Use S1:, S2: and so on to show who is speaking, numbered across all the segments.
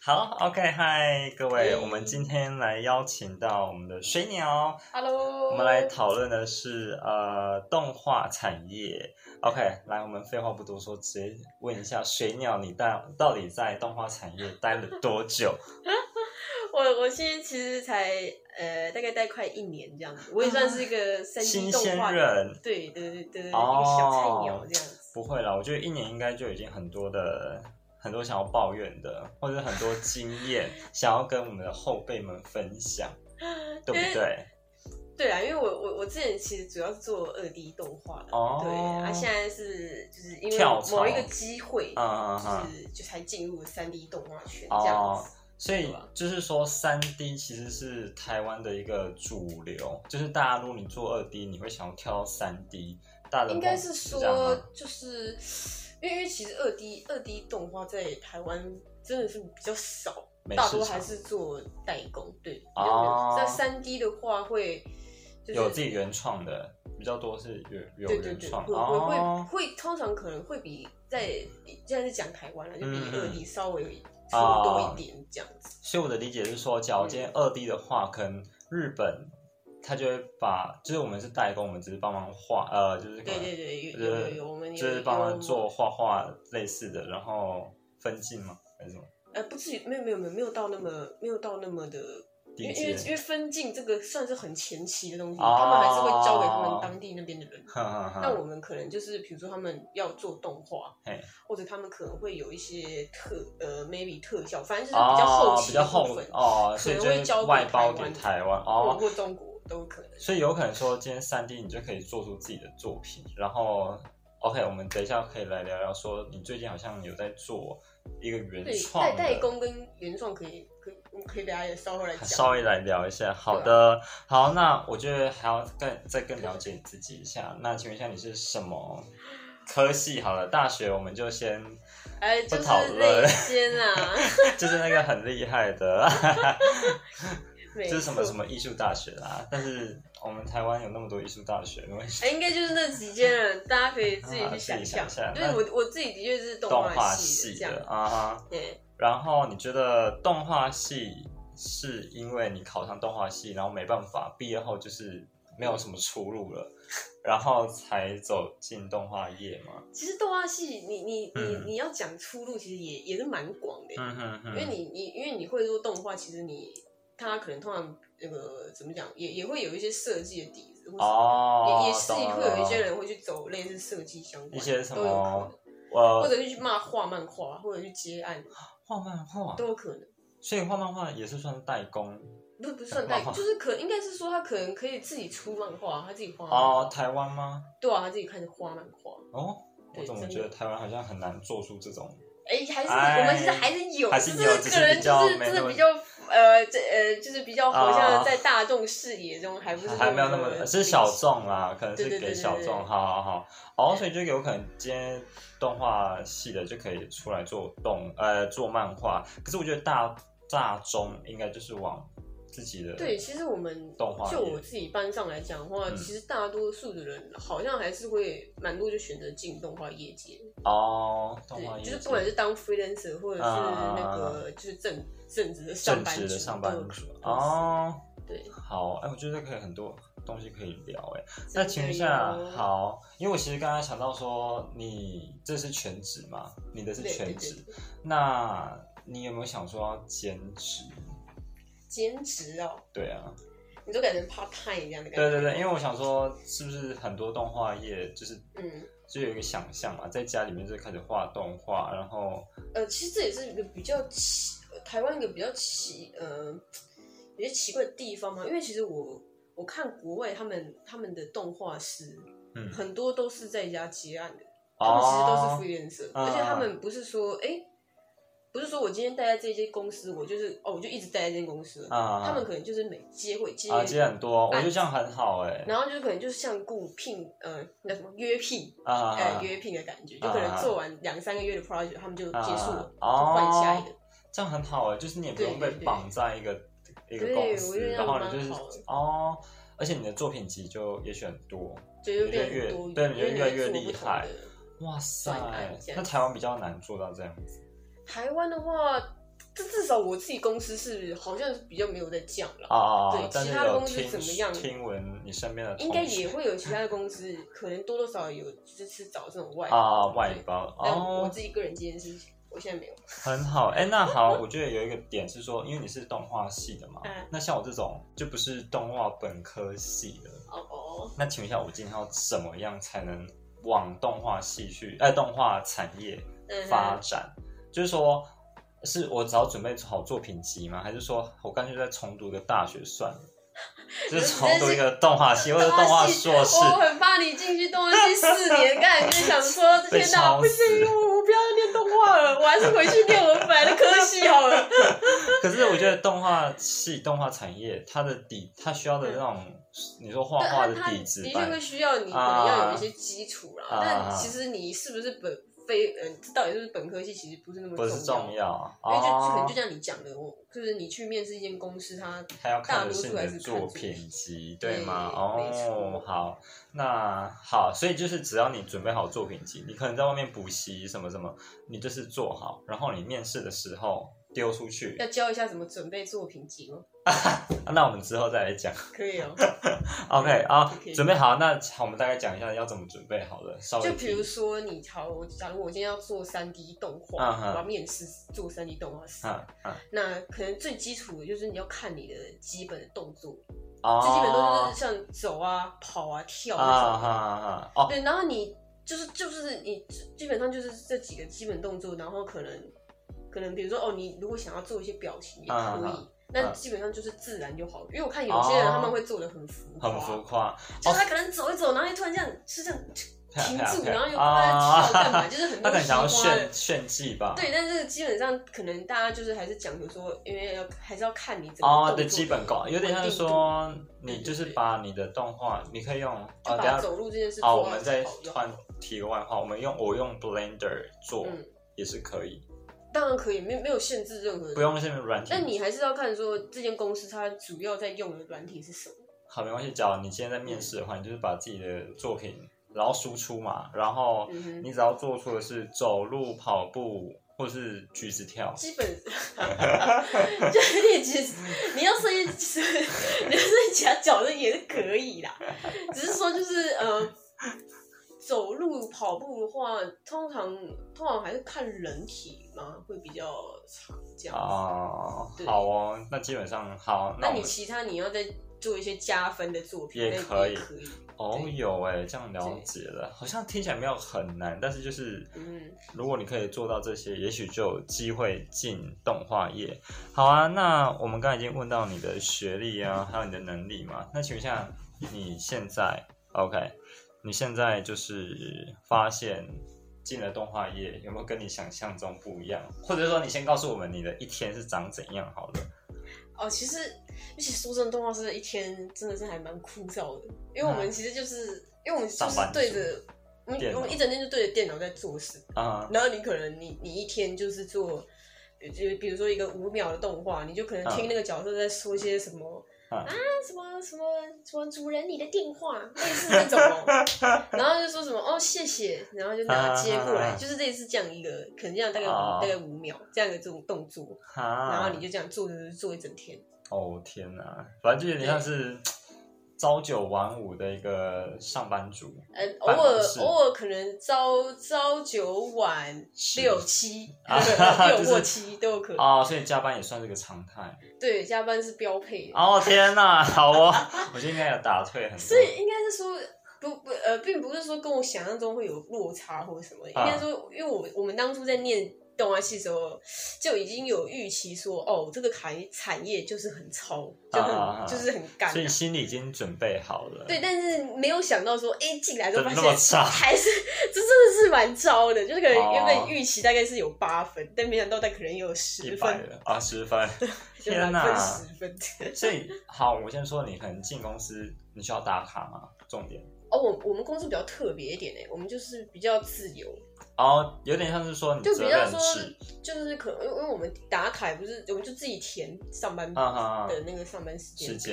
S1: 好，OK，嗨，各位，
S2: 嘿
S1: 我们今天来邀请到我们的水鸟，
S2: Hello，
S1: 我们来讨论的是呃动画产业。OK，来，我们废话不多说，直接问一下水鸟，你到到底在动画产业待了多久？
S2: 我我现在其实才呃大概待快一年这样子，我也算是一个三 D
S1: 啊新
S2: 动
S1: 鲜
S2: 画的，
S1: 人，
S2: 对对对对，一个小菜
S1: 哦
S2: 鸟这样子。
S1: 不会啦，我觉得一年应该就已经很多的很多想要抱怨的，或者很多经验想要跟我们的后辈们分享，对不对？
S2: 对啊，因为我我我之前其实主要是做二 D 动画的，
S1: 哦，
S2: 对啊，现在是就是因为
S1: 跳槽
S2: 某一个机会，
S1: 嗯嗯嗯
S2: 就是就才进入三 D 动画圈这样
S1: 哦
S2: 子。，
S1: 所以
S2: 对吧
S1: 就是说，三 D 其实是台湾的一个主流，就是大家如果你做二 D，你会想要跳到三 D，大哦的
S2: 应该
S1: 梦
S2: 是
S1: 这样
S2: 说
S1: 吗，
S2: 就是因为因为其实二 D 二 D 动画在台湾真的是比较少，
S1: 没
S2: 大多
S1: 市场
S2: 还是做代工。对，
S1: 哦
S2: 在三 D 的话会就是
S1: 有自己原创的比较多，是有有
S2: 对对
S1: 原
S2: 对，
S1: 创
S2: 会会会
S1: 哦。
S2: 会通常可能会比在现在是讲台湾了，就比
S1: 嗯嗯
S2: 二 D 稍微出
S1: 哦
S2: 多一点这样子。
S1: 所以我的理解是说，假如今天二 D 的话，可能日本他就会把，就是我们是代工，我们只是帮忙画，呃，就是可
S2: 对
S1: 能
S2: 对对，有
S1: 就
S2: 有有
S1: 是
S2: 有，我们有
S1: 就是帮
S2: 有
S1: 忙做画画类似的，然后分镜吗？还是什么？
S2: 呃，不至于，没有没有没有没有到那么没有到那么的，因为因为
S1: 低阶
S2: 因为分镜这个算是很前期的东西，
S1: 哦
S2: 他们还是会交给他们当地那边的人。
S1: 哈哈哈。
S2: 那我们可能就是，比如说他们要做动画
S1: 嗯嘿，
S2: 或者他们可能会有一些特呃，maybe 特效，反正就是
S1: 哦，
S2: 比较后期
S1: 比
S2: 的
S1: 较
S2: 部
S1: 后
S2: 分，
S1: 哦，
S2: 可
S1: 所以
S2: 能
S1: 就
S2: 会交
S1: 是
S2: 给
S1: 外包
S2: 台
S1: 给
S2: 湾
S1: 台湾
S2: 或
S1: 哦，
S2: 或中国都可能。
S1: 所以有可能说今天三 D 你就可以做出自己的作品，然后 OK，我们等一下可以来聊聊说你最近好像有在做一个原
S2: 对，
S1: 创
S2: 代
S1: 的
S2: 代工跟原创可以可以可以大家也稍后来讲。
S1: 稍微来聊一下，好的，好，那我觉得还要更再更了解你自己一下。那请问一下，你是什么科系？好了，大学我们就先
S2: 哎，
S1: 不
S2: 就是
S1: 讨
S2: 那
S1: 论
S2: 一啊些啦，
S1: 就是那个很厉害的，
S2: 没
S1: 就是什么
S2: 错
S1: 什么艺术大学啦。但是我们台湾有那么多艺术大学，因为
S2: 哎、应该就是那几间人，大家可以自己
S1: 啊
S2: 去想象
S1: 自己想。象
S2: 对我我自己的确是动
S1: 动画
S2: 系
S1: 系
S2: 这
S1: 的
S2: 样。
S1: 啊哈。
S2: 对，
S1: 然后你觉得动画系是因为你考上动画系，然后没办法，毕业后就是没有什么出路了，然后才走进动画业吗？
S2: 其实动画系你你你
S1: 嗯
S2: 你要讲出路，其实也也是蛮广的、
S1: 嗯哼
S2: 因
S1: 哼，
S2: 为你你因为你会做动画，其实你他可能通常那个怎么讲，也也会有一些设计的底子，或什么
S1: 哦，
S2: 也也是
S1: 懂了
S2: 会有一些人会去走类似设计相关的
S1: 一些什
S2: 都有可
S1: 么
S2: 能。或
S1: 呃
S2: 者是去骂画漫画，或者去接案，
S1: 画漫画，
S2: 都有可能。
S1: 所以画漫画也是算是代工
S2: 不不算代
S1: 漫画，
S2: 就是可应该是说他可能可以自己出漫画，他自己画漫画。
S1: 哦，台湾吗？
S2: 对啊，他自己开始画漫画。
S1: 哦。我
S2: 对
S1: 怎么
S2: 真的
S1: 觉得台湾好像很难做出这种
S2: 哎、还是
S1: 哎
S2: 我们其实还是有，
S1: 还
S2: 就是是
S1: 有只是
S2: 个人
S1: 比
S2: 就
S1: 较
S2: 是
S1: 没
S2: 真
S1: 那
S2: 的
S1: 么啊
S2: 比较呃，这呃，就是比较好像在大众视野中还不是
S1: 还没有那么是小众啦，可能
S2: 对
S1: 是
S2: 对对
S1: 给
S2: 对
S1: 小
S2: 对
S1: 众，好好好。哦，所以就有可能今天动画系的就可以出来做动呃做漫画，可是我觉得大大中应该就是往自己的
S2: 对，其实我们
S1: 动画
S2: 就
S1: 业
S2: 我自己班上来讲的话，
S1: 嗯
S2: 其实大多数的人好像还是会蛮多就选择进动画业界，
S1: 哦动画
S2: 对，
S1: 业
S2: 就是
S1: 界啊
S2: 不管是当 freelancer 或者是那个就是正正职的上
S1: 正
S2: 班
S1: 职
S2: 族
S1: 的上班
S2: 都有可
S1: 族
S2: 能
S1: 哦。
S2: 对，
S1: 好，哎、我觉得可以很多东西可以聊、哎。
S2: 真
S1: 那
S2: 的
S1: 请问一下
S2: 有，
S1: 好，因为我其实刚才想到说，你这是全职嘛？你的是
S2: 对对
S1: 全
S2: 对
S1: 职，
S2: 对
S1: 那你有没有想说要兼职？
S2: 兼职哦，
S1: 对啊，
S2: 你就感觉 part time 一样的感
S1: 对
S2: 觉，
S1: 对对，因为我想说，是不是很多动画业就是
S2: 嗯。
S1: 就有一个想象嘛，在家里面就开始画动画，然后
S2: 呃，其实这也是一个比较奇，呃台湾一个比较奇，呃，有些奇怪的地方嘛。因为其实我我看国外他们他们的动画师，
S1: 嗯，
S2: 很多都是在家接案的，他们
S1: 哦，
S2: 其实都是 freelancer，、
S1: 嗯
S2: 而且他们不是说，哎、不是说我今天待在这间公司，我就是哦，我就一直待在这间公司了。
S1: 啊，
S2: 他们可能就是每接会接，
S1: 啊接很多，我觉
S2: 案
S1: 得这样很好哎、
S2: 然后就是可能就是像雇聘，呃，那什么约聘，
S1: 啊，
S2: 呃，约聘的感觉，就可能做完两三个月的 project，他们就结束了，
S1: 啊
S2: 就换下一个。
S1: 这样很好哎、就是你也不用被
S2: 对对对
S1: 绑在一个一个
S2: 对
S1: 公
S2: 我
S1: 司
S2: 觉得，这
S1: 然
S2: 样
S1: 后你就是
S2: 蛮好的
S1: 哦，而且你的作品集就也许很多，
S2: 就又变得很多
S1: 你就越对
S2: 余，
S1: 你就
S2: 因为
S1: 越来越
S2: 做不
S1: 厉
S2: 同
S1: 害
S2: 的。
S1: 哇塞
S2: 哎专案这，样
S1: 那台湾比较难做到这样子
S2: 台湾的话，这这少我自己公司是好像是比较没有在降了，
S1: 啊，
S2: 对
S1: 但是
S2: 其他
S1: 有
S2: 公司
S1: 听
S2: 怎么样
S1: 听闻你身边哦的同
S2: 应该
S1: 学
S2: 也会有其他的公司可能多多少少有就是找这种外
S1: 啊
S2: 包
S1: 外
S2: 对
S1: 包
S2: 但我
S1: 哦，
S2: 自己个人经验是，我现在没有。
S1: 很好。哎，那好，我觉得有一个点是说，因为你是动画系的嘛
S2: 嗯，
S1: 那像我这种就不是动画本科系的，
S2: 哦哦，
S1: 那请问一下，我今天要怎么样才能往动画系去，哎，动画产业
S2: 嗯
S1: 发展？就是说，是我只要准备好作品集吗？还是说我干脆再重读个大学算 了？就是重读一个动画系或者动画硕士，
S2: 我很怕你进去动画系 四年，干就想说这天哪，
S1: 被烧死
S2: 不行，我我不要念动画了，我还是回去念我本来的科系好了。
S1: 可是我觉得动画系、动画产业，它的底，它需要的那种，你说画画
S2: 但
S1: 的
S2: 他他
S1: 底
S2: 的
S1: 子
S2: 确
S1: 吧，
S2: 会需要你可能要有一些基础啦，
S1: 啊啊
S2: 但其实你是不是本非嗯、这到底是不是本科系，其实不是那么
S1: 不是重
S2: 要。
S1: 要啊。
S2: 因为就就可能
S1: 哦
S2: 就像你讲的，我就是你去面试一间公司，他
S1: 他要看
S2: 大
S1: 的
S2: 多
S1: 是
S2: 数
S1: 你
S2: 还
S1: 的
S2: 是看
S1: 作
S2: 作
S1: 品
S2: 品
S1: 集，对吗？
S2: 对没
S1: 哦
S2: 错，
S1: 好，那好，所以就是只要你准备好作品集，你可能在外面补习什么什么，你就是做好，然后你面试的时候丢出去。
S2: 要教一下怎么准备作品集吗？
S1: 啊那我们之后再来讲。
S2: 可以哦。
S1: OK 啊
S2: 可以，
S1: 准备好，那好我们大概讲一下要怎么准备好了，稍微
S2: 就比如
S1: 提
S2: 说你好，我假如我今天要做三 D 动画，
S1: 嗯哼
S2: 我要面试做三 D 动画师，
S1: 嗯嗯，
S2: 那可能最基础的就是你要看你的基本的动作，
S1: 哦，
S2: 最基本的动作就是像走啊、跑啊、跳
S1: 啊
S2: 那种。
S1: 哈哈，哦，
S2: 对，然后你就是就是你基本上就是这几个基本动作，然后可能可能比如说哦，你如果想要做一些表情也
S1: 啊
S2: 可
S1: 啊
S2: 以，那
S1: 啊
S2: 基本上就是自然就好了。因为我看有些人
S1: 哦
S2: 他们会做的很浮夸，
S1: 很浮夸，
S2: 就是他可能走一走，然后就突然这样是 这样
S1: 啪
S2: 停
S1: 啪
S2: 住，
S1: 啪
S2: 然后又不知
S1: 啊
S2: 道在跳干嘛，就是很
S1: 他
S2: 多
S1: 可能想要
S2: 奇葩
S1: 炫
S2: 的。
S1: 炫技吧？
S2: 对，但是基本上可能大家就是还是讲究说，因为要还是要看你怎么
S1: 哦的基本功，有点像是说你就是把你的动画，你可以用啊，
S2: 就
S1: 等
S2: 把
S1: 下
S2: 走路这件事
S1: 啊，
S2: 做
S1: 我
S2: 到
S1: 们
S2: 最
S1: 再
S2: 好就好
S1: 换题外话，我们用我用 Blender 做
S2: 嗯
S1: 也是可以，
S2: 当然可以，没有没有限制任何
S1: 不。用那些软
S2: 但
S1: 体。
S2: 你还是要看说这间公司它主要在用的软体是什么。
S1: 好，没关系，假如你今天在面试的话，你就是把自己的作品然后输出嘛，然后
S2: 嗯哼
S1: 你只要做出的是走路、跑步或是举子跳，
S2: 基本， 就是你其实你要设计，你要设计其他角色也是可以啦，只是说就是呃，走路跑步的话，通常通常还是看人体嘛，会比较常这样子。
S1: 哦，
S2: 对
S1: 好哦，那基本上好，那
S2: 那
S1: 我
S2: 你
S1: 们
S2: 其他你要再做一些加分的作品，
S1: 也
S2: 那
S1: 可以
S2: 也可以。
S1: 哦
S2: 对
S1: 有哎，这样了解了，好像听起来没有很难，但是就是
S2: 嗯，
S1: 如果你可以做到这些，也许就有机会进动画业。好啊，那我们刚才已经问到你的学历啊， 还有你的能力嘛。那请问一下，你现在 OK？你现在就是发现进了动画业，有没有跟你想象中不一样？或者说，你先告诉我们你的一天是长怎样好了？
S2: 哦，其实其实说真的，动画师一天真的是还蛮枯燥的，因为我们其实就是、因为我们就
S1: 啊上
S2: 是
S1: 班
S2: 对
S1: 族
S2: 着。我们
S1: 电
S2: 我们
S1: 脑
S2: 一整天就对着电脑在做事，
S1: 啊、
S2: 然后你可能你你一天就是做，比就比如说一个五秒的动画，你就可
S1: 啊
S2: 能听那个角色在说些什么、
S1: 嗯
S2: 啊什么什么什么主人你的电话类似 这种哦、然后就说什么哦谢谢，然后就拿接过来，
S1: 啊
S2: 就是类似这样一个，可能这样大概五、
S1: 哦啊
S2: 大概五秒这样的这种动作，
S1: 哈，
S2: 然后你就这样做做做一整天。
S1: 哦天哪，反正就有点像是朝九晚五的一个上班族。
S2: 呃，偶
S1: 办公
S2: 尔
S1: 室
S2: 偶尔可能朝朝九晚
S1: 是
S2: 六七，
S1: 啊 就
S2: 对 六
S1: 是
S2: 或七都有可能。
S1: 哦，所以加班也算是个常态。
S2: 对，加班是标配的，
S1: 哦天哪，好哦，我觉得应该有打退很多。
S2: 所以应该是说不不呃，并不是说跟我想象中会有落差或者什么，应
S1: 啊
S2: 该说因为我我们当初在念。动画系的时候就已经有预期说，哦，这个产产业就是很超，就很、
S1: 啊啊啊
S2: 就是很干、
S1: 所以心里已经准备好了。
S2: 对，，但是没有想到说，哎、进来之后
S1: 怎
S2: 发
S1: 么那么
S2: 现
S1: 差
S2: 还是这真的是蛮糟的，就是可能
S1: 哦
S2: 原本预期大概是有八分，但没想到它可能也有
S1: 一
S2: 十
S1: 百
S2: 分，
S1: 了啊，十分。
S2: 有
S1: 天
S2: 满分
S1: 哪！
S2: 十分。
S1: 所以好，我先说，你可能进公司，你需要打卡吗？重点。
S2: 哦，我我们公司比较特别一点哎，我们就是比较自由，
S1: 然后哦有点像是说你
S2: 就
S1: 责
S2: 比较
S1: 任
S2: 说
S1: 制，
S2: 就是可能因为我们打卡也不是，我们就自己填上班
S1: 啊哈哈
S2: 的那个上班时间
S1: 时间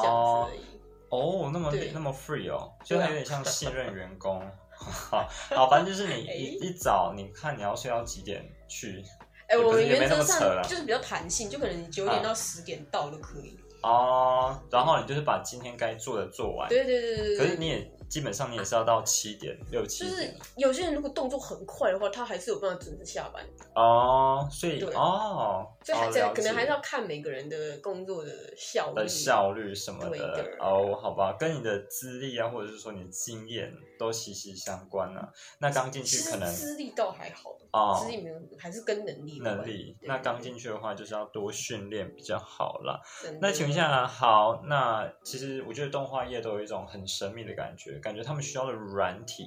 S2: 这样子
S1: 哦
S2: 而已。
S1: 哦，那么
S2: 对
S1: 那么 free 哦，所
S2: 对
S1: 以
S2: 啊
S1: 它有点像信任员 工。好，反正就是你
S2: 哎
S1: 一一早，你看你要睡到几点去？
S2: 哎、
S1: 也不
S2: 我
S1: 是
S2: 们
S1: 也没
S2: 原
S1: 那
S2: 则
S1: 么扯
S2: 上
S1: 啦啊
S2: 就是比较弹性，就可能你九点到十点到都可以。
S1: 哦，然后你就是把今天该做的做完，
S2: 对对对对
S1: 可
S2: 对
S1: 是
S2: 对。
S1: 你也基本上你也是要到七点六七
S2: 就是
S1: 点
S2: 有些人如果动作很快的话，他还是有办法准时下班，
S1: 哦，所以
S2: 对
S1: 哦，
S2: 所以还
S1: 哦
S2: 这
S1: 了
S2: 可能
S1: 解
S2: 还是要看每个人的工作的效率。
S1: 的效率什么
S2: 对
S1: 的
S2: 的
S1: 哦，好吧，跟你的资历啊，或者是说你的经验都息息相关啊。那刚进
S2: 其
S1: 去
S2: 实
S1: 可能
S2: 资历倒还好，
S1: 哦
S2: 资，历没有很，还是跟能力有关
S1: 能力。
S2: 对
S1: 那刚进去的话，就是要多训练比较好啦。
S2: 真的
S1: 那请问一下，好，那其实我觉得动画业都有一种很神秘的感觉，感觉他们需要的软体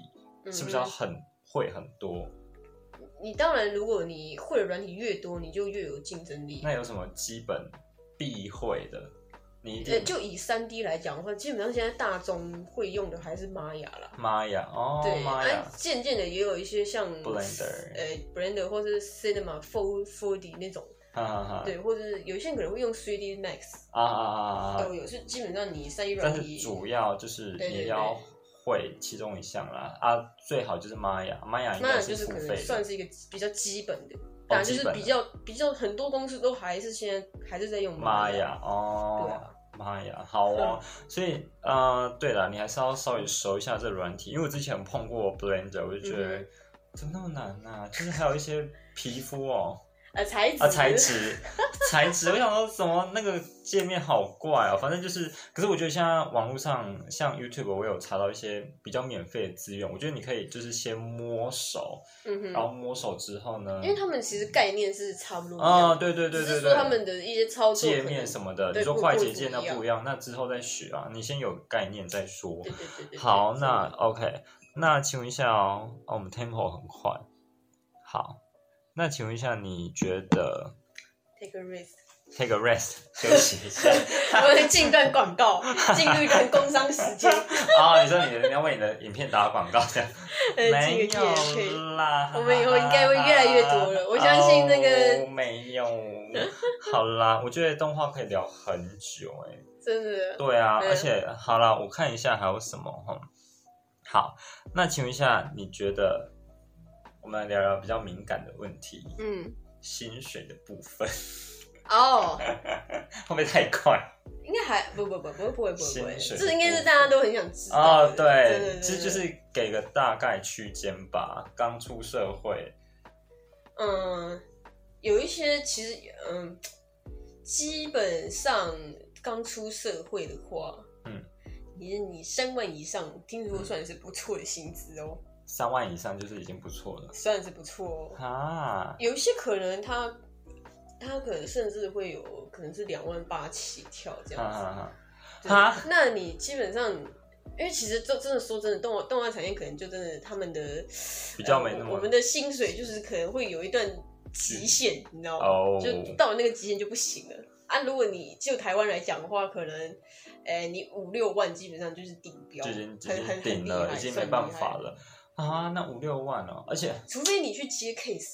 S1: 是不是要
S2: 嗯
S1: 很会很多？
S2: 你当然，如果你会的软体越多，你就越有竞争力。
S1: 那有什么基本必会的？你一
S2: 呃，
S1: 定
S2: 就以三 D 来讲的话，基本上现在大众会用的还是玛雅啦。
S1: 妈呀，哦
S2: 对，
S1: 妈
S2: 哎
S1: 呀，
S2: 渐渐的也有一些像
S1: Blender
S2: 呃 Blender 或是 Cinema Four Four D 那种，
S1: 哈哈哈，
S2: 哎对，或者是有一些人可能会用 3D Max
S1: 啊啊啊啊啊！
S2: 都有，是基本上你三 D
S1: 但
S2: 软
S1: 是
S2: 体
S1: 主要就是
S2: 对对
S1: 你
S2: 对
S1: 要会其中一项啦，啊，最好就是玛雅，玛雅应
S2: 那
S1: 该
S2: 就是
S1: 付
S2: 可能
S1: 费
S2: 算
S1: 的，哦
S2: 是一个比较基本的，当然就是比较比较很多公司都还是现在还是在用
S1: 玛
S2: 雅，
S1: 雅
S2: 对
S1: 哦
S2: 啊。
S1: 妈呀，好哦，所以呃，对了，你还是要稍微熟一下这软体，因为我之前碰过 Blender，我就觉得、
S2: 嗯
S1: 怎么那么难呐、就是还有一些皮肤哦，
S2: 呃材质
S1: 啊，材质， 材质，我想说怎么那个界面好怪哦，反正就是，可是我觉得现在网络上像 YouTube，我有查到一些比较免费的资源，我觉得你可以就是先摸手，
S2: 嗯
S1: 然
S2: 哼，
S1: 后摸手之后呢
S2: 因，为他们其实概念是差不多一
S1: 啊，
S2: 样，
S1: 对对对
S2: 只
S1: 对
S2: 是
S1: 对，
S2: 说他们的一些操作
S1: 界
S2: 可能
S1: 面什么的，
S2: 对
S1: 你说
S2: 不
S1: 快捷
S2: 不
S1: 键
S2: 一
S1: 那
S2: 样
S1: 不一样，那之后再学啊，你先有概念再说
S2: 对。对对对。
S1: 好，
S2: 对
S1: 那 OK，那请问一下哦，哦，我们 tempo 很快，好，那请问一下，你觉得
S2: take a risk，
S1: take a rest 休息一下？
S2: 我们进一段广告，进入一段工商时 间，
S1: 啊，你说你你要为你的影片打广告这样？
S2: 呃，进
S1: 没
S2: 一个夜配
S1: 有啦，
S2: 我们以后应该会越来越多了我相信那个
S1: 哦没有。好啦，我觉得动画可以聊很久哎、
S2: 真的，
S1: 对啊，
S2: 嗯
S1: 而且好啦，我看一下还有什么哈。好，那请问一下，你觉得我们来聊聊比较敏感的问题，
S2: 嗯，
S1: 薪水的部分
S2: 哦，
S1: 会不会太快？
S2: 应该还不不不不会不会不会，
S1: 薪水
S2: 这应该是大家都很想知道
S1: 哦
S2: 的，，真
S1: 对
S2: 的，
S1: 其实就，
S2: 真的
S1: 是给个大概区间吧。刚出社会，
S2: 嗯，有一些其实嗯，基本上刚出社会的话，
S1: 嗯。
S2: 你你三万以上，听说算是不错的薪资哦，
S1: 三万以上就是已经不错了
S2: 算是不错哦。
S1: 啊！
S2: 有一些可能他他可能甚至会有可能是两万八起跳这
S1: 哈
S2: 样子。
S1: 哈
S2: 对
S1: 啊哈
S2: 那你基本上，因为其实这真的说真的，动画动画产业可能就真的他们的呃
S1: 比较没那么
S2: 我我们的薪水就是可能会有一段极限，你知道吗？
S1: 哦
S2: 就到了那个极限就不行了。啊，如果你就台湾来讲的话，可能，诶、你五六万基本上就是顶标，
S1: 就已经已
S2: 很很
S1: 经
S2: 很
S1: 顶
S2: 厉
S1: 了，
S2: 害
S1: 已经没
S2: 算厉
S1: 办法
S2: 害
S1: 了啊！那五六万哦，而且
S2: 除非你去接 case，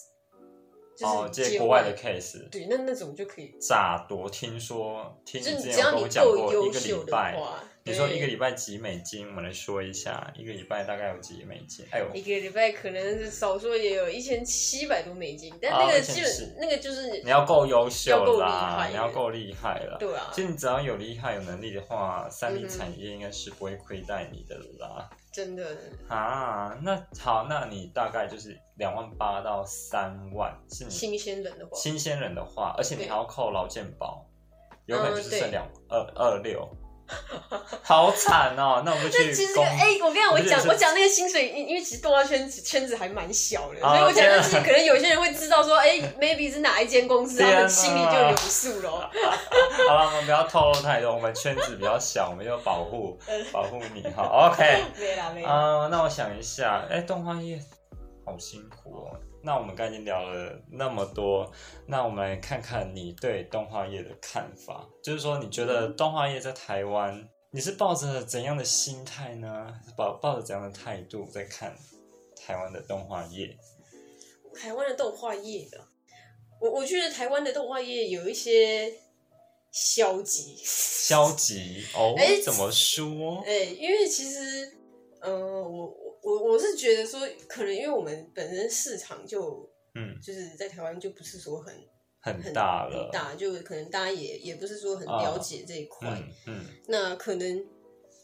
S2: 就是
S1: 哦，接
S2: 接
S1: 国外的 case
S2: 对，那那种就可以，
S1: 炸多，听说听你
S2: 就是
S1: 之
S2: 只
S1: 前有
S2: 要
S1: 跟
S2: 你
S1: 我讲
S2: 够
S1: 过一
S2: 优
S1: 个
S2: 秀
S1: 礼
S2: 的
S1: 拜，
S2: 话，
S1: 你说
S2: 对
S1: 一个礼拜几美金，我们来说一下，一个礼拜大概有几美金？哎呦，
S2: 一个礼拜可能是少说也有一千七百多美金，但那
S1: 啊
S2: 个基
S1: 1700
S2: 本那个就是
S1: 你要够优
S2: 要
S1: 秀
S2: 够厉
S1: 啦，
S2: 害
S1: 你要够厉害啦。
S2: 对啊
S1: 其，实你只要有厉害有能力的话，三 D
S2: 嗯哼
S1: 产业应该是不会亏待你的啦。
S2: 真的
S1: 啊，那好，那你大概就是两万八到三万，是你
S2: 新鲜人的话，
S1: 新鲜人的话，而且你
S2: 对
S1: 还要扣劳健保，有可能就是剩
S2: 嗯对
S1: 两二二六， 好惨哦！那我 们
S2: 这
S1: 去
S2: 其实
S1: 公
S2: 哎、我跟你讲，
S1: 我
S2: 我
S1: 觉得
S2: 讲
S1: 是
S2: 我讲那个薪水，因因为其实动画圈子圈子还蛮小的，
S1: 啊
S2: 所以我讲
S1: 天啊
S2: 的是可能有些人会知道说，哎、m a y b e 是哪一间公司，他
S1: 天啊
S2: 们心里就有数了。
S1: 好了，我们不要透露太多，我们圈子比较小，我们要保 护
S2: 嗯
S1: 保护你哈。OK，
S2: 没啦没啦，
S1: 啊、那我想一下，哎、动画业好辛苦哦。那我们刚才已经聊了那么多，那我们来看看你对动画业的看法，就是说你觉得动画业在台湾，你是抱着怎样的心态呢？抱抱着怎样的态度在看台湾的动画业？
S2: 台湾的动画业啊，我我觉得台湾的动画业有一些消极。
S1: 消极哦，
S2: 哎
S1: 怎么说？
S2: 哎、因为其实，呃嗯、我我我我是觉得说，可能因为我们本身市场就
S1: 嗯，
S2: 就是在台湾就不是说很
S1: 很大了，
S2: 很大，就可能大家也也不是说很
S1: 啊
S2: 了解这一块。
S1: 嗯嗯
S2: 那可能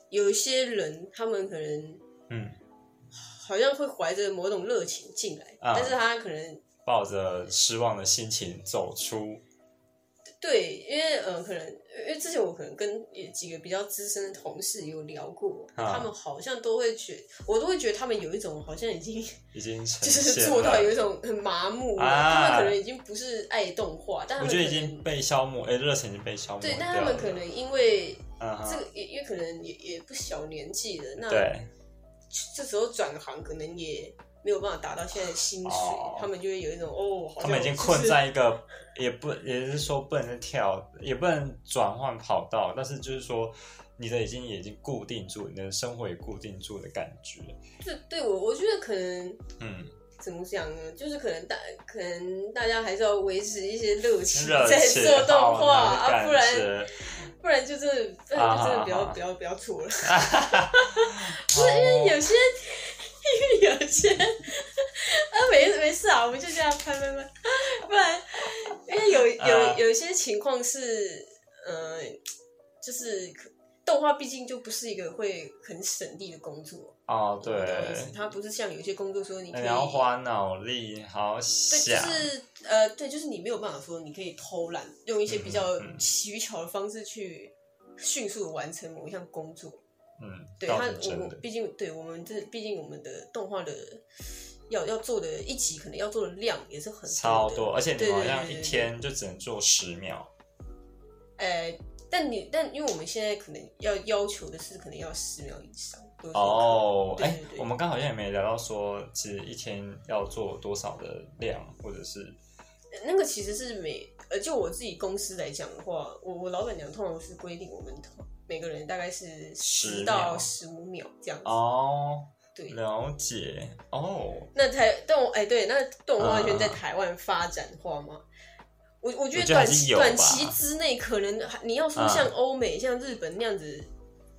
S2: 有一些人，他们可能
S1: 嗯，
S2: 好像会怀着某种热情进来，
S1: 啊
S2: 但是他可能
S1: 抱着失望的心情走出，
S2: 对，因为呃，可能因为之前我可能跟几个比较资深的同事有聊过，
S1: 啊
S2: 他们好像都会觉，我都会觉得他们有一种好像已 经
S1: 已经呈
S2: 就是
S1: 现
S2: 做到
S1: 了
S2: 有一种很麻木了，
S1: 啊
S2: 他们可能已经不是爱动画，但他
S1: 我
S2: 们
S1: 觉得已
S2: 可能
S1: 经被消磨，哎、热情已经被消磨
S2: 对
S1: 掉，
S2: 但他们可能因为
S1: 嗯哼
S2: 这个也也可能也也不小年纪了，那
S1: 对，
S2: 这时候转行可能也没有办法达到现在的薪水，
S1: 哦
S2: 他们就会有一种哦，好像
S1: 他们已经
S2: 就是
S1: 困在一个，也不也是说不能再跳，也不能转换跑道，但是就是说你的已经已经固定住，你的生活也固定住的感觉，
S2: 这对我，我觉得可能
S1: 嗯，
S2: 怎么讲呢？就是可能大可能大家还是要维持一些热情
S1: 热
S2: 在
S1: 情
S2: 做动画
S1: 好难
S2: 啊，
S1: 的
S2: 不
S1: 感
S2: 然
S1: 觉，啊
S2: 不然就真的不然就真的不要不要不要做了。
S1: 不是因为
S2: 有些因为有些啊没没事啊，我们就这样拍拍拍，不然因 为有
S1: 啊
S2: 有有一些情况是呃，就是可动画毕竟就不是一个会很省力的工作，
S1: 哦
S2: 你懂
S1: 对
S2: 我意思，它不是像有一些工作说你可
S1: 那
S2: 以
S1: 你要花脑力，好好
S2: 对，就
S1: 想，
S2: 是呃，对，就是你没有办法说你可以偷懒，用一些比较
S1: 嗯嗯
S2: 取巧的方式去迅速地完成某一项工作。
S1: 嗯，
S2: 对
S1: 倒
S2: 他，
S1: 是
S2: 我
S1: 真
S2: 我
S1: 的，
S2: 毕竟对我们这，毕竟我们的动画的要要做的一集，可能要做的量也是很的
S1: 超多，而且你
S2: 对
S1: 好
S2: 对
S1: 像
S2: 对
S1: 一
S2: 对
S1: 天就只能做十秒，
S2: 呃，但你但因为我们现在可能要要求的是，可能要十秒以上。有些
S1: 哦，
S2: 对
S1: 哎、
S2: 对对
S1: 我们刚好像也没聊到说，其实一天要做多少的量，或者是
S2: 可能那个其实是每呃，就我自己公司来讲的话，我我老板娘通常是规定我们同每个人大概是
S1: 10
S2: 十
S1: 秒
S2: 到十五秒这样子。
S1: 哦，
S2: 对，
S1: 了解哦，
S2: 那台动哎、对，那动画圈在台湾发展的话嘛，我我觉
S1: 我
S2: 得
S1: 觉得还
S2: 短
S1: 是
S2: 期
S1: 有吧
S2: 短期之内可能还你要说像
S1: 嗯
S2: 欧美、像日本那样子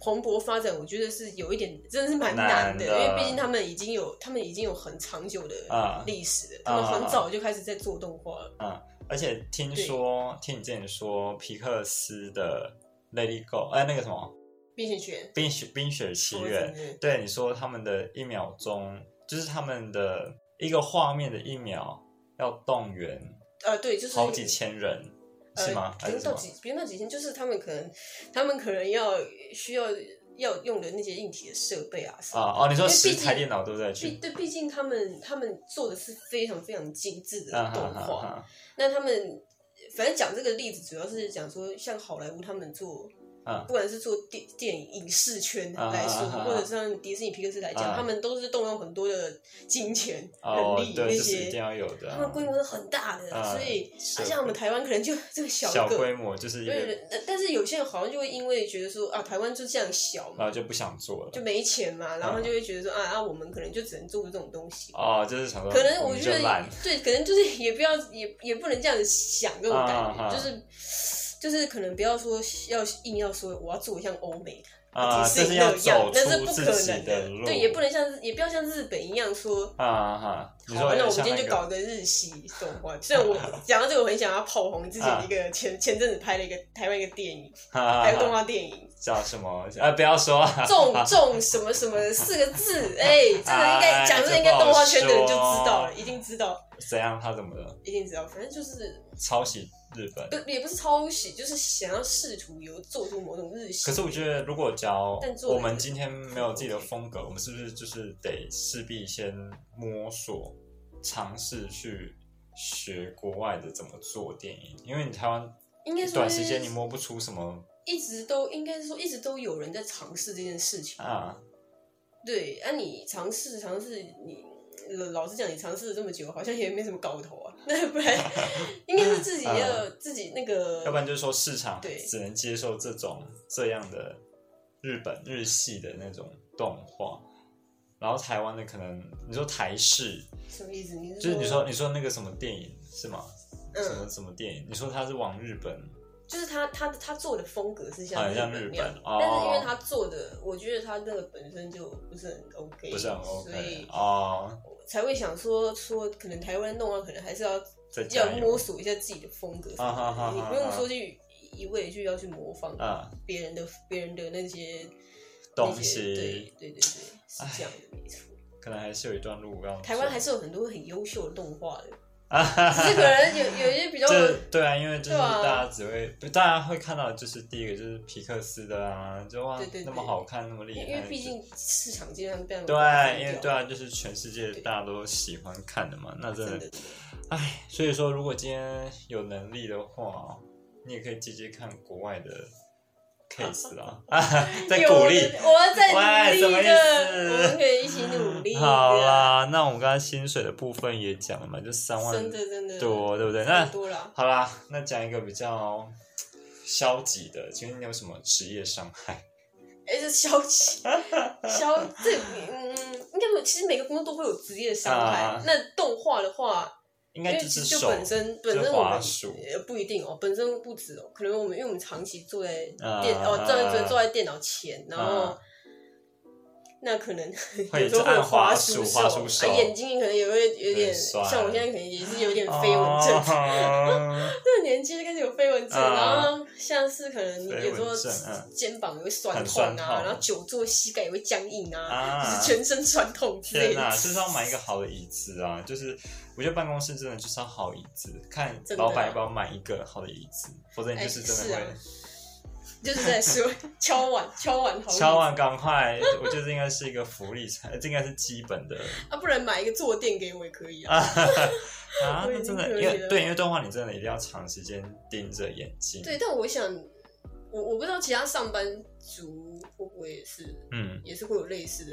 S2: 蓬勃发展，我觉得是有一点真的是蛮
S1: 难
S2: 难
S1: 的
S2: 的，因为毕竟他们已经有他们已经有很长久的
S1: 嗯
S2: 历史了，他们很早就开始在做动画了。
S1: 而且听说，听你之前说皮克斯的《Let It Go》，哎，那个什么
S2: 变形犬
S1: 《冰雪冰雪奇
S2: 哦我
S1: 缘
S2: 真》的
S1: 对你说他们的一秒钟，就是他们的一个画面的一秒要动员
S2: 啊，对，就是
S1: 好几千人，
S2: 呃
S1: 是吗？
S2: 不
S1: 还
S2: 用
S1: 是什
S2: 到
S1: 么？
S2: 几，不用到几千，就是他们可能他们可能要需要要用的那些硬体的设备啊什么的
S1: 啊哦，你说
S2: 因为毕
S1: 十
S2: 竟
S1: 台电脑对不对？
S2: 毕
S1: 去
S2: 对，毕竟他们他们做的是非常非常精致的
S1: 啊
S2: 动
S1: 哈哈
S2: 画。
S1: 哈，
S2: 那他们反正讲这个例子，主要是讲说，像好莱坞他们做，
S1: 嗯
S2: 不管是做电电影影视圈
S1: 啊
S2: 来说，
S1: 啊啊啊
S2: 或者像迪士尼、皮克斯来讲，
S1: 啊
S2: 他们都是动用很多的金钱、
S1: 哦
S2: 人力，
S1: 对，
S2: 那
S1: 就是一定
S2: 些，
S1: 要有的啊。
S2: 他们规模是很大的，
S1: 啊
S2: 所以
S1: 是
S2: 啊，像我们台湾可能就这个小
S1: 小
S2: 个。
S1: 规模就是一个，
S2: 对，但是有些人好像就会因为觉得说啊，台湾就这样小嘛
S1: 然，后就不想做了
S2: 就。没钱嘛，然后就会觉得说啊啊，我们可能就只能做这种东西。
S1: 哦，就是想说，
S2: 可能
S1: 我
S2: 我
S1: 们
S2: 觉
S1: 就
S2: 得
S1: 懒，
S2: 对，可能就是也不要也也不能这样子想这种感
S1: 啊啊
S2: 觉，就是就是可能不要说要硬要说我要做像欧美
S1: 啊，
S2: 迪
S1: 就
S2: 士
S1: 是
S2: 尼
S1: 要
S2: 那
S1: 走
S2: 样，那是
S1: 出
S2: 不可
S1: 自己
S2: 能
S1: 的路，
S2: 对，也不能像日也不要像日本一样说。
S1: 啊哈。你
S2: 好
S1: 说
S2: 吧，那我们
S1: 像
S2: 今天就
S1: 个
S2: 搞个日系动画。虽 然我讲到这个，我很想要炮轰之
S1: 啊
S2: 前一个前前阵子拍了一个台湾一个电影，
S1: 哈
S2: 还有
S1: 哈
S2: 动
S1: 哈
S2: 画电影，
S1: 叫什么？啊，不要说啊，
S2: 重重什么什么四个字，哎，这个应
S1: 哎
S2: 该讲这个应该
S1: 这不好
S2: 动画圈的人就
S1: 说
S2: 知道了，一定知道，
S1: 怎样？他怎么了？
S2: 一定知道，反正就是
S1: 抄袭日本？
S2: 不也不是抄袭，就是想要试图有做出某种日系。
S1: 可是我觉得，如果教
S2: 但做
S1: 我
S2: 了
S1: 们
S2: 就
S1: 今天没有自己的风格，我们是不是就是得势必先摸索、尝试去学国外的怎么做电影？因为你台湾
S2: 应该说
S1: 短时间你摸不出什么
S2: 一直都应该是说一直都有人在尝试这件事情。
S1: 啊，
S2: 对，啊，你尝试尝试你。呃老实讲，你尝试了这么久，好像也没什么搞头啊。 那 不然，应该是自己要、自己那个，
S1: 啊要不然就是说市场
S2: 对
S1: 只能接受这种这样的日本日系的那种动画，然后台湾的可能你说台式，
S2: 什么意思？你是
S1: 就是你说你说那个什么电影是吗？什么
S2: 嗯，
S1: 什么电影？你说它是往日本
S2: 就是他他他做的风格是像
S1: 很像
S2: 日
S1: 日
S2: 那样
S1: 本，哦，
S2: 但是因为他做的，我觉得他那个本身就不是很 OK，
S1: 不是很
S2: 所以
S1: OK 哦，
S2: 我才会想说说可能台湾弄完可能还是要
S1: 再加
S2: 要摸
S1: 油，
S2: 索一下自己的风格什
S1: 啊
S2: 么
S1: 哈哈哈
S2: 的，你
S1: 哈
S2: 不用说去一一味地去要去模仿
S1: 嗯，
S2: 别人的别人的那些
S1: 东
S2: 那些
S1: 西
S2: 对对对对，是这样的，没错。
S1: 可能还是有一段路要走。
S2: 台湾还是有很多很优秀的动 画的，
S1: 啊哈
S2: 只是 可能有有一些比较
S1: 这对啊，因为就是
S2: 对啊
S1: 大家只会，不大家会看到，就是第一个就是皮克斯的啊，就哇
S2: 对对对
S1: 那么好看，那么厉
S2: 因
S1: 害，
S2: 为因为毕竟市场经常被
S1: 对，因为对
S2: 对
S1: 啊，就是全世界大家都喜欢看的嘛，那真
S2: 啊真
S1: 的
S2: 的，
S1: 唉，所以说如果今天有能力的话，你也可以接接看国外 的 case 啦， 在鼓励
S2: 有。人我在
S1: 喂
S2: 努
S1: 什么
S2: 力
S1: 意
S2: 的，
S1: 思
S2: 我们可以一起努力 的。啊
S1: 好啦，那我们刚刚薪水的部分也讲了嘛，就三万
S2: 真的真的
S1: 多，对不对？那
S2: 很多啦。
S1: 好啦，那讲一个比较消极的，请问你有什么职业伤害？
S2: 哎，这消 极，消这嗯，应该没有。其实每个工作都会有职业伤害
S1: 啊。
S2: 那动画的话，
S1: 应
S2: 因
S1: 该
S2: 为
S1: 就
S2: 其
S1: 是
S2: 实就
S1: 手，
S2: 本身本
S1: 就是
S2: 身我们
S1: 滑鼠
S2: 呃不一定哦，本身不止哦，可能我们因为我们长期坐在
S1: 啊
S2: 电哦，坐在坐在电脑前，然后
S1: 啊
S2: 那可能
S1: 会
S2: 有时候会
S1: 按
S2: 有
S1: 滑鼠
S2: 鼠
S1: 滑鼠手
S2: 啊，眼睛可能也会有点，
S1: 对酸
S2: 像我现在可能也是有点飞蚊症，
S1: 哦
S2: 这个年纪就开始有飞蚊症，
S1: 啊
S2: 然后像是可能
S1: 飞
S2: 有时候
S1: 蚊症嗯
S2: 肩膀也会酸
S1: 很
S2: 痛
S1: 酸
S2: 啊，
S1: 痛
S2: 然后久坐膝盖也会僵硬 啊，
S1: 啊
S2: 就是全身酸痛之类
S1: 天哪、
S2: 的。
S1: 就是要买一个好的椅子啊！就是我觉得办公室真的就是要好椅子，看
S2: 真的
S1: 老板要不要买一个好的椅子，否则你就是真的
S2: 哎
S1: 会。
S2: 就是在说敲碗敲碗好椅子
S1: 敲完赶快，我觉得这应该是一个福利 才，这应该是基本的
S2: 啊，不然买一个坐垫给我也可以啊。
S1: 啊啊！
S2: 我已
S1: 那真
S2: 经
S1: 的，
S2: 可以
S1: 因为
S2: 了
S1: 对，因为动画你真的一定要长时间盯着眼睛。
S2: 对，但我想，我我不知道其他上班族会不会也是
S1: 嗯
S2: 也是会有类似的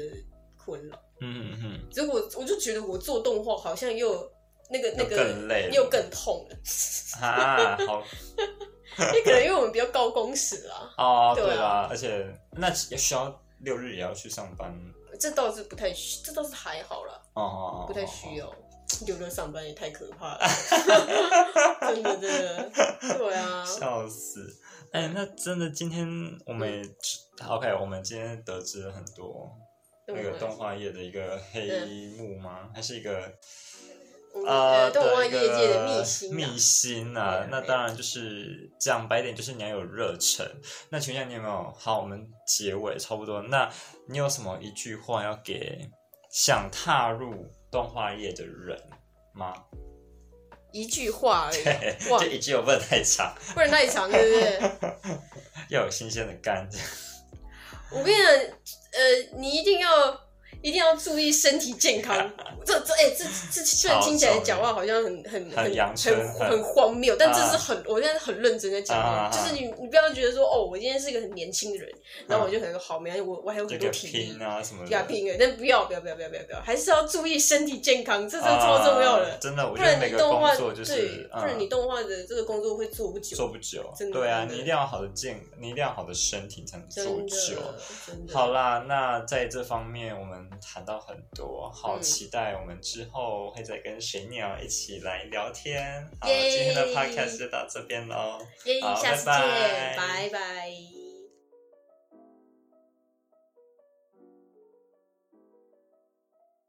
S2: 困扰。
S1: 嗯嗯嗯，
S2: 结果我就觉得我做动画好像又那个那
S1: 又更
S2: 个
S1: 累了
S2: 又更痛了，
S1: 啊，好
S2: 因为可能因为我们比较高工时啊。
S1: 哦，
S2: 对啊
S1: 对啦，而且那也需要六日也要去上班
S2: 这倒是不太需，这倒是还好啦，
S1: 哦哦，哦
S2: 不太需。要。有的上班也太可怕了，真的真的，对啊，
S1: 笑死！哎、那真的，今天我们也知、OK，我
S2: 嗯
S1: 们今天得知了很多那个动画业的一个黑幕吗？还是一个
S2: 我们
S1: 呃
S2: 呃，动画
S1: 的
S2: 业
S1: 一个
S2: 界的秘辛啊
S1: 秘辛啊
S2: 对，
S1: 那当然就是讲白点，就是你要有热忱。那请问一下，你有没有？好，我们结尾差不多。那你有什么一句话要给想踏入动画业的人吗？
S2: 一句话而已，哇
S1: 这，一句我不能太长，
S2: 不然太长，对不对？
S1: 要有新鲜的肝。
S2: 我跟你讲，呃，你一定要一定要注意身体健康。这这哎、这这虽然听起来讲话好像很很
S1: 很阳春
S2: 很
S1: 很啊
S2: 很荒谬，但这是很、我现在很认真在讲话，
S1: 啊啊啊
S2: 就是你你不要觉得说哦，我今天是一个很年轻的人，然后我就很好，没关系，我我还有
S1: 这
S2: 很
S1: 个
S2: 多体力
S1: 拼。啊什么的，
S2: 要拼了，但不要不要不要不要不要不要，还是要注意身体健康，这是
S1: 啊
S2: 超重要的。
S1: 真的，我
S2: 不
S1: 觉得
S2: 然
S1: 每
S2: 你
S1: 个
S2: 动
S1: 工
S2: 画
S1: 作就
S2: 对
S1: 是，，
S2: 不然你动画的这个工作会做不
S1: 嗯
S2: 久，
S1: 做不久
S2: 真，的
S1: 对啊，
S2: 真的
S1: 你一定要好的健，你一定要好的身体才能
S2: 真
S1: 做
S2: 的
S1: 久。
S2: 真的
S1: 好啦，那在这方面我们谈到很多，好
S2: 嗯
S1: 期待我们之后会再跟水鸟一起来聊天。好，
S2: 耶
S1: 今天的 podcast 就到这边喽。
S2: 耶，
S1: 好
S2: 下次见
S1: 拜，拜
S2: 拜拜